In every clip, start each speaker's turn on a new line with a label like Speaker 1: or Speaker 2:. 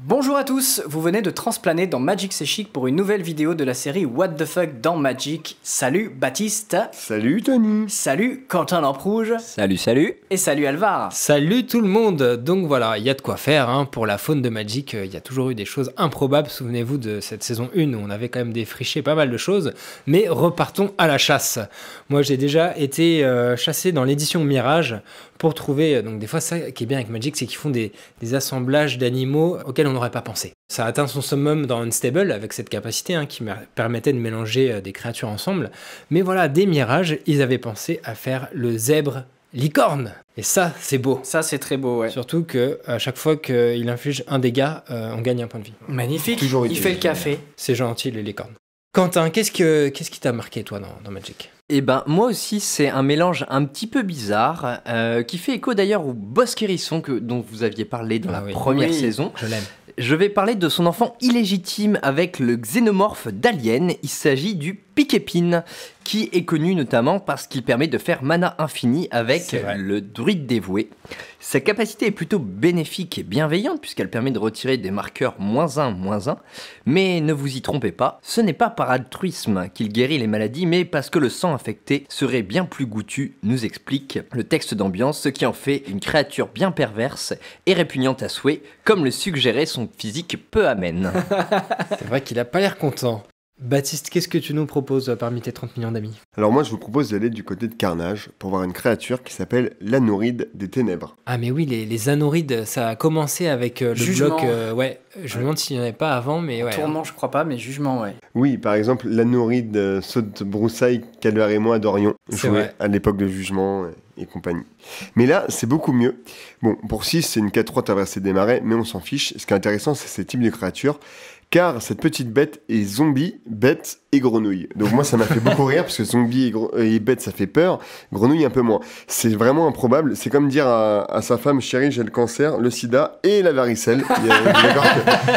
Speaker 1: Bonjour à tous, vous venez de transplaner dans Magic C'est Chic pour une nouvelle vidéo de la série What the Fuck dans Magic. Salut Baptiste,
Speaker 2: Salut Tony
Speaker 1: salut Quentin Lamprouge
Speaker 3: Salut, salut
Speaker 1: et salut Alvar.
Speaker 4: Salut tout le monde Donc voilà, il y a de quoi faire hein. pour la faune de Magic, euh, il y a toujours eu des choses improbables, souvenez-vous de cette saison 1 où on avait quand même défriché pas mal de choses, mais repartons à la chasse. Moi j'ai déjà été euh, chassé dans l'édition Mirage pour trouver, euh, donc des fois ça qui est bien avec Magic, c'est qu'ils font des, des assemblages d'animaux auxquels on n'aurait pas pensé. Ça a atteint son summum dans Unstable avec cette capacité hein, qui mer- permettait de mélanger euh, des créatures ensemble, mais voilà, des mirages, ils avaient pensé à faire le zèbre licorne. Et ça, c'est beau.
Speaker 1: Ça c'est très beau, ouais.
Speaker 4: Surtout que à chaque fois qu'il inflige un dégât, euh, on gagne un point de vie.
Speaker 1: Magnifique,
Speaker 2: Toujours
Speaker 1: il
Speaker 2: été
Speaker 1: fait le café.
Speaker 4: C'est gentil les licornes. Quentin, qu'est-ce que qu'est-ce qui t'a marqué toi dans, dans Magic
Speaker 3: Eh ben, moi aussi, c'est un mélange un petit peu bizarre, euh, qui fait écho d'ailleurs au boss Kérisson que, dont vous aviez parlé dans
Speaker 4: Ah
Speaker 3: la
Speaker 4: oui.
Speaker 3: première
Speaker 1: Oui.
Speaker 3: saison.
Speaker 4: Je l'aime.
Speaker 3: Je vais parler de son enfant illégitime avec le xénomorphe d'Alien. Il s'agit du Piképine, qui est connu notamment parce qu'il permet de faire mana infini avec
Speaker 4: C'est vrai.
Speaker 3: le druide dévoué. Sa capacité est plutôt bénéfique et bienveillante puisqu'elle permet de retirer des marqueurs moins 1, moins 1. Mais ne vous y trompez pas, ce n'est pas par altruisme qu'il guérit les maladies, mais parce que le sang infecté serait bien plus goûtu, nous explique le texte d'ambiance, ce qui en fait une créature bien perverse et répugnante à souhait, comme le suggérait son physique peu amène.
Speaker 4: C'est vrai qu'il a pas l'air content. Baptiste, qu'est-ce que tu nous proposes euh, parmi tes 30 millions d'amis
Speaker 2: Alors moi je vous propose d'aller du côté de Carnage pour voir une créature qui s'appelle l'anouride des ténèbres.
Speaker 4: Ah mais oui, les, les anorides, ça a commencé avec euh, le
Speaker 1: Jugement.
Speaker 4: bloc. euh, ouais, je me demande s'il n'y en avait pas avant, mais
Speaker 2: hein.
Speaker 4: ouais. hein.
Speaker 1: Tourment, je crois pas, mais jugement, ouais.
Speaker 2: Oui, par exemple l'anouride euh, saute broussaille qu'Alvar et moi adorions
Speaker 4: C'est
Speaker 2: jouer
Speaker 4: vrai.
Speaker 2: à l'époque de Jugement et, et compagnie. Mais là c'est beaucoup mieux. Bon, pour 6 c'est une 4-3 traversée des marais, mais on s'en fiche. Ce qui est intéressant c'est ces types de créatures. Car cette petite bête est zombie, bête et grenouille. Donc moi ça m'a fait beaucoup rire parce que zombie et, gre- et bête ça fait peur, grenouille un peu moins. C'est vraiment improbable. C'est comme dire à, à sa femme, chérie, j'ai le cancer, le sida et la varicelle. Il y a- d'accord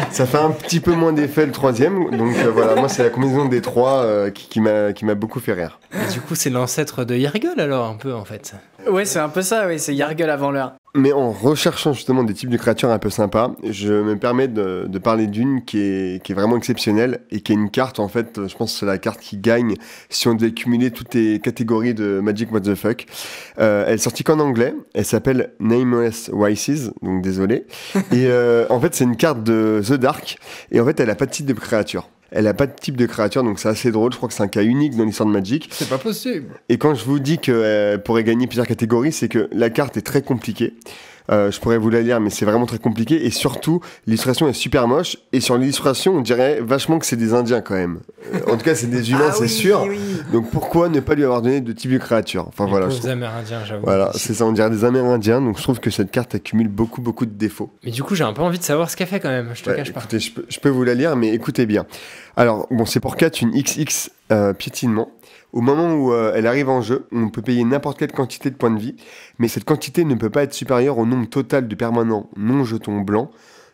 Speaker 2: que ça fait un petit peu moins d'effet le troisième. Donc euh, voilà, moi, c'est la combinaison des trois euh, qui, qui m'a qui m'a beaucoup fait rire.
Speaker 4: Et du coup, c'est l'ancêtre de Yargol alors un peu en fait.
Speaker 1: Ouais, c'est un peu ça, ouais, c'est Yargul avant l'heure.
Speaker 2: Mais en recherchant justement des types de créatures un peu sympas, je me permets de, de parler d'une qui est, qui est vraiment exceptionnelle et qui est une carte, en fait, euh, je pense que c'est la carte qui gagne si on devait cumuler toutes les catégories de Magic What the Fuck. Euh, elle est sortie qu'en anglais, elle s'appelle Nameless Wises, donc désolé. Et euh, en fait, c'est une carte de The Dark et en fait, elle a pas de type de créature. Elle a pas de type de créature, donc c'est assez drôle. Je crois que c'est un cas unique dans l'histoire de Magic.
Speaker 4: C'est pas possible.
Speaker 2: Et quand je vous dis que euh, pourrait gagner plusieurs catégories, c'est que la carte est très compliquée. Euh, je pourrais vous la lire, mais c'est vraiment très compliqué. Et surtout, l'illustration est super moche. Et sur l'illustration, on dirait vachement que c'est des Indiens quand même. Euh, en tout cas, c'est des humains,
Speaker 1: Ah
Speaker 2: c'est
Speaker 1: oui,
Speaker 2: sûr.
Speaker 1: oui.
Speaker 2: Donc pourquoi ne pas lui avoir donné de type de créature Enfin
Speaker 4: Les
Speaker 2: Ah, voilà. je
Speaker 4: pauvres
Speaker 2: trouve-
Speaker 4: Amérindiens, j'avoue.
Speaker 2: Voilà, c'est ça, on dirait des Amérindiens. Donc je trouve que cette carte accumule beaucoup, beaucoup de défauts.
Speaker 4: Mais du coup, j'ai un peu envie de savoir ce qu'elle fait quand même. Je te
Speaker 2: Ouais,
Speaker 4: cache pas.
Speaker 2: écoutez, je peux, je peux vous la lire, mais écoutez bien. Alors, bon, c'est pour 4 une XX euh, piétinement. Au moment où euh, elle arrive en jeu, on peut payer n'importe quelle quantité de points de vie, mais cette quantité ne peut pas être supérieure au nombre total de permanents non jetons blancs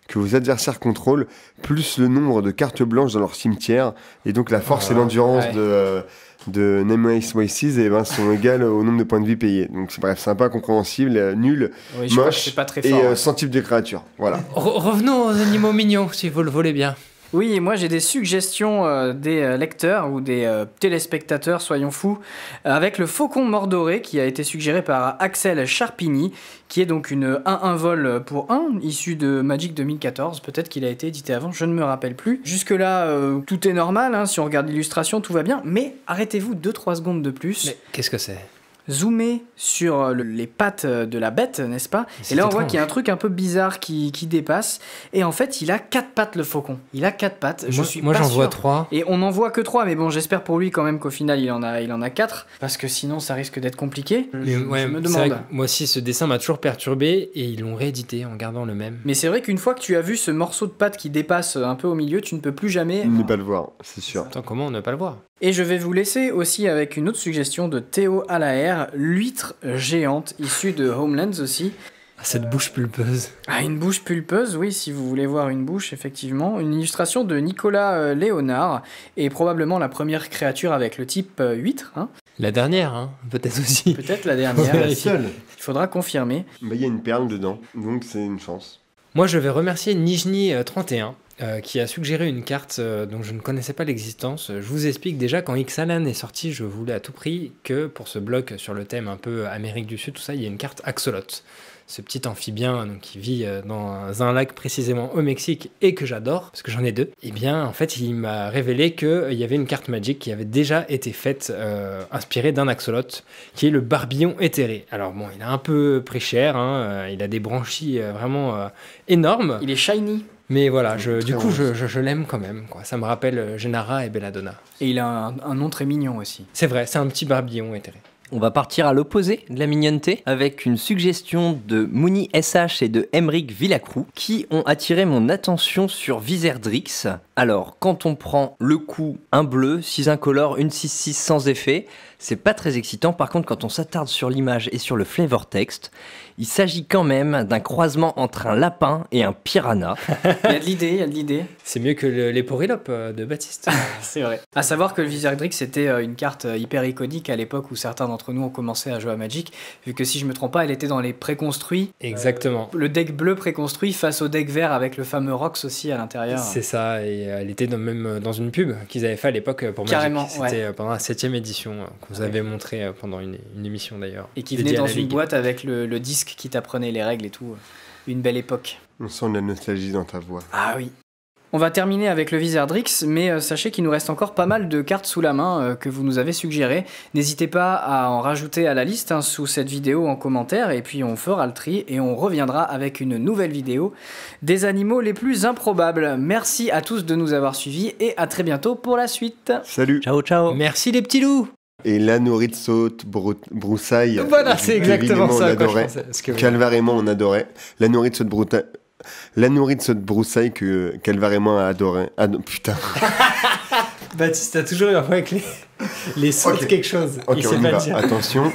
Speaker 2: que vos adversaires contrôlent, plus le nombre de cartes blanches dans leur cimetière, et donc la force
Speaker 4: Ah,
Speaker 2: et l'endurance
Speaker 4: ouais.
Speaker 2: de... euh, de Nemesis Waces eh ben, sont égales au nombre de points de vie payés. Donc c'est bref, sympa, compréhensible, euh, nul
Speaker 1: Oui, je crois que
Speaker 2: Moche
Speaker 1: c'est pas très
Speaker 2: et
Speaker 1: fort.
Speaker 2: euh,
Speaker 1: ouais.
Speaker 2: sans type de créature. Voilà.
Speaker 4: Re- revenons aux animaux mignons, si vous le voulez bien.
Speaker 1: Oui, et moi j'ai des suggestions euh, des euh, lecteurs ou des euh, téléspectateurs, soyons fous, euh, avec le faucon mordoré qui a été suggéré par Axel Charpigny, qui est donc une 1-1 vol pour 1, issue de Magic 2014. Peut-être qu'il a été édité avant, je ne me rappelle plus. Jusque-là, euh, tout est normal, hein, si on regarde l'illustration, tout va bien, mais arrêtez-vous 2-3 secondes de plus.
Speaker 4: Mais qu'est-ce que c'est
Speaker 1: Zoomer sur euh, le- les pattes euh, de la bête, n'est-ce pas
Speaker 4: C'est
Speaker 1: Et là, on voit
Speaker 4: étrange.
Speaker 1: qu'il y a un truc un peu bizarre qui, qui dépasse. Et en fait, il a quatre pattes, le faucon. Il a quatre pattes. je
Speaker 4: Moi,
Speaker 1: suis
Speaker 4: moi,
Speaker 1: pas
Speaker 4: j'en
Speaker 1: sûr.
Speaker 4: vois trois.
Speaker 1: Et on n'en voit que trois, mais bon, j'espère pour lui quand même qu'au final, il en a, il en a quatre, parce que sinon, ça risque d'être compliqué. Je-
Speaker 4: Mais
Speaker 1: je
Speaker 4: ouais,
Speaker 1: me
Speaker 4: c'est vrai
Speaker 1: demande.
Speaker 4: que moi aussi, ce dessin m'a toujours perturbé et ils l'ont réédité en gardant le même.
Speaker 1: Mais c'est vrai qu'une fois que tu as vu ce morceau de patte qui dépasse un peu au milieu, tu ne peux plus jamais.
Speaker 2: Ne pas le voir, c'est sûr.
Speaker 4: Attends, comment ne pas le voir
Speaker 1: Et je vais vous laisser aussi avec une autre suggestion de Théo Allaire, l'huître géante, issue de Homelands aussi.
Speaker 4: Ah, Cette bouche pulpeuse.
Speaker 1: Ah, une bouche pulpeuse, oui, si vous voulez voir une bouche, effectivement. Une illustration de Nicolas euh, Léonard, et probablement la première créature avec le type euh, huître, hein.
Speaker 4: La dernière, hein, peut-être aussi.
Speaker 1: peut-être la
Speaker 2: C'est
Speaker 1: dernière,
Speaker 2: la seule.
Speaker 1: il faudra confirmer.
Speaker 2: Bah, Il y a une perle dedans, donc c'est une chance.
Speaker 4: Moi, je vais remercier Nijni31 euh, qui a suggéré une carte euh, dont je ne connaissais pas l'existence. Je vous explique déjà quand Xalan est sorti, je voulais à tout prix que pour ce bloc sur le thème un peu Amérique du Sud, tout ça, il y a une carte Axolot. Ce petit amphibien donc, qui vit euh, dans un lac précisément au Mexique et que j'adore, parce que j'en ai deux, et bien en fait il m'a révélé qu'il y avait une carte magique qui avait déjà été faite, euh, inspirée d'un axolote, qui est le barbillon éthéré. Alors bon, il a un peu pris cher, hein, euh, il a des branchies euh, vraiment euh, énormes,
Speaker 1: Il est shiny
Speaker 4: mais voilà, je, du
Speaker 2: Très
Speaker 4: coup, je,
Speaker 2: rose.
Speaker 4: je- je l'aime quand même. Quoi. Ça me rappelle euh, Gennara et Belladonna.
Speaker 1: et il a un, un nom très mignon aussi.
Speaker 4: C'est vrai, c'est un petit barbillon éthéré.
Speaker 3: On va partir à l'opposé de la mignonneté avec une suggestion de Mouni SH et de Emric Villacrou qui ont attiré mon attention sur Viserdrix. Alors, quand on prend le coup, un bleu, 6 incolore, une 6-6 sans effet, c'est pas très excitant. Par contre, quand on s'attarde sur l'image et sur le flavor text, il s'agit quand même d'un croisement entre un lapin et un piranha.
Speaker 1: Il y a de l'idée, il y a de l'idée.
Speaker 4: C'est mieux que le- les porilopes euh, de Baptiste.
Speaker 1: C'est vrai. À savoir que le Visardrix c'était euh, une carte euh, hyper iconique à l'époque où certains d'entre nous ont commencé à jouer à Magic, vu que si je me trompe pas, elle était dans les préconstruits.
Speaker 4: Exactement.
Speaker 1: Le deck bleu préconstruit face au deck vert avec le fameux Rox aussi à l'intérieur.
Speaker 4: C'est ça, et euh, elle était dans- même euh, dans une pub qu'ils avaient fait à l'époque euh, pour Magic.
Speaker 1: Carrément,
Speaker 4: C'était
Speaker 1: ouais.
Speaker 4: euh, pendant la 7 édition, euh, qu'on vous avait montré euh, pendant une, une émission d'ailleurs.
Speaker 1: Et qui
Speaker 4: dédiée
Speaker 1: venait
Speaker 4: à
Speaker 1: dans
Speaker 4: la
Speaker 1: une
Speaker 4: Ligue.
Speaker 1: boîte avec le, le disque qui t'apprenait les règles et tout. Une belle époque.
Speaker 2: On sent de la nostalgie dans ta voix.
Speaker 1: Ah oui. On va terminer avec le Visardrix, mais euh, sachez qu'il nous reste encore pas mal de cartes sous la main euh, que vous nous avez suggérées. N'hésitez pas à en rajouter à la liste hein, sous cette vidéo en commentaire, et puis on fera le tri et on reviendra avec une nouvelle vidéo des animaux les plus improbables. Merci à tous de nous avoir suivis et à très bientôt pour la suite.
Speaker 2: Salut
Speaker 3: Ciao, ciao
Speaker 4: Merci les petits loups
Speaker 2: Et la nourrice saute, brou- broussaille.
Speaker 4: Voilà, c'est exactement
Speaker 2: Évidemment, on
Speaker 4: ça à quoi je
Speaker 2: adorait.
Speaker 4: pensais, parce que-
Speaker 2: Calvarément, on adorait. La nourrice saute, brouta- la nourrice saute broussaille que Calvarément a adoré. Ado- Putain.
Speaker 4: Baptiste a toujours eu un problème avec les, les sauts de
Speaker 2: Ok.
Speaker 4: quelque chose.
Speaker 2: Ok,
Speaker 4: Il
Speaker 2: on
Speaker 4: sait
Speaker 2: y
Speaker 4: pas
Speaker 2: va.
Speaker 4: le dire.
Speaker 2: Attention.